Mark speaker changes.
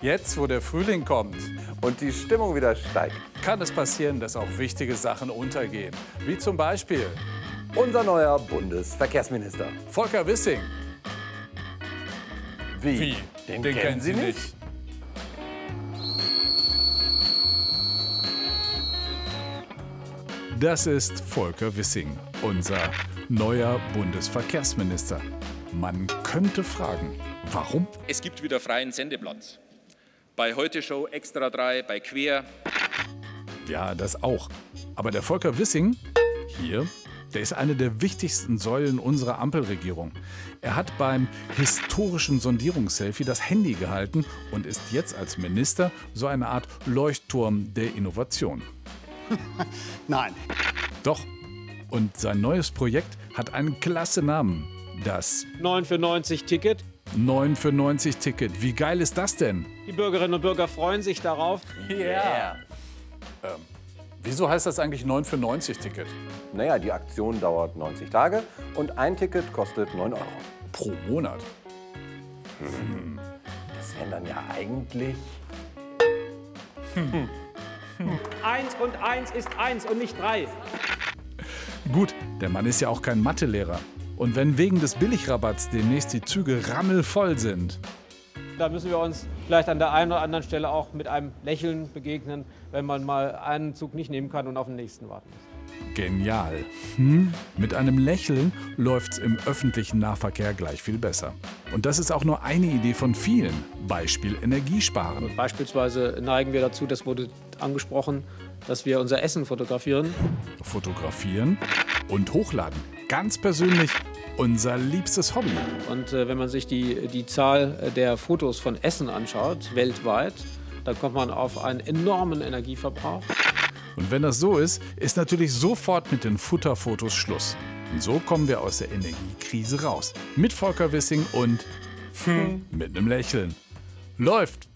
Speaker 1: Jetzt, wo der Frühling kommt,
Speaker 2: und die Stimmung wieder steigt.
Speaker 1: kann es passieren, dass auch wichtige Sachen untergehen. Wie zum Beispiel
Speaker 2: Unser neuer Bundesverkehrsminister.
Speaker 1: Volker Wissing.
Speaker 2: Wie?
Speaker 1: Den, kennen Sie nicht. Das ist Volker Wissing, unser neuer Bundesverkehrsminister. Man könnte fragen, warum?
Speaker 3: Es gibt wieder freien Sendeplatz. Bei Heute Show, Extra 3, bei Quer.
Speaker 1: Ja, das auch. Aber der Volker Wissing hier, der ist eine der wichtigsten Säulen unserer Ampelregierung. Er hat beim historischen Sondierungsselfie das Handy gehalten und ist jetzt als Minister so eine Art Leuchtturm der Innovation.
Speaker 4: Nein,
Speaker 1: Doch. Und sein neues Projekt hat einen klasse Namen. Das
Speaker 5: 9 für 90 Ticket.
Speaker 1: 9 für 90 Ticket. Wie geil ist das denn?
Speaker 5: Die Bürgerinnen und Bürger freuen sich darauf.
Speaker 1: Wieso heißt das eigentlich 9 für 90 Ticket?
Speaker 2: Naja, die Aktion dauert 90 Tage und ein Ticket kostet 9 Euro.
Speaker 1: Pro Monat.
Speaker 2: Das wären dann ja eigentlich.
Speaker 5: 1 und 1 ist 1 und nicht 3.
Speaker 1: Gut, der Mann ist ja auch kein Mathelehrer. Und wenn wegen des Billigrabatts demnächst die Züge rammelvoll sind,
Speaker 5: Da müssen wir uns vielleicht an der einen oder anderen Stelle auch mit einem Lächeln begegnen, wenn man mal einen Zug nicht nehmen kann und auf den nächsten warten muss.
Speaker 1: genial. Hm? Mit einem Lächeln läuft's im öffentlichen Nahverkehr gleich viel besser. Und das ist auch nur eine Idee von vielen. Beispiel Energiesparen.
Speaker 6: Beispielsweise neigen wir dazu, das wurde angesprochen, dass wir unser Essen fotografieren.
Speaker 1: Fotografieren und hochladen. Ganz persönlich unser liebstes Hobby.
Speaker 6: Und äh, wenn man sich die, die Zahl äh, der Fotos von Essen anschaut, weltweit, dann kommt man auf einen enormen Energieverbrauch.
Speaker 1: Und wenn das so ist, ist natürlich sofort mit den Futterfotos Schluss. Und so kommen wir aus der Energiekrise raus. Mit Volker Wissing und mit einem Lächeln. Läuft!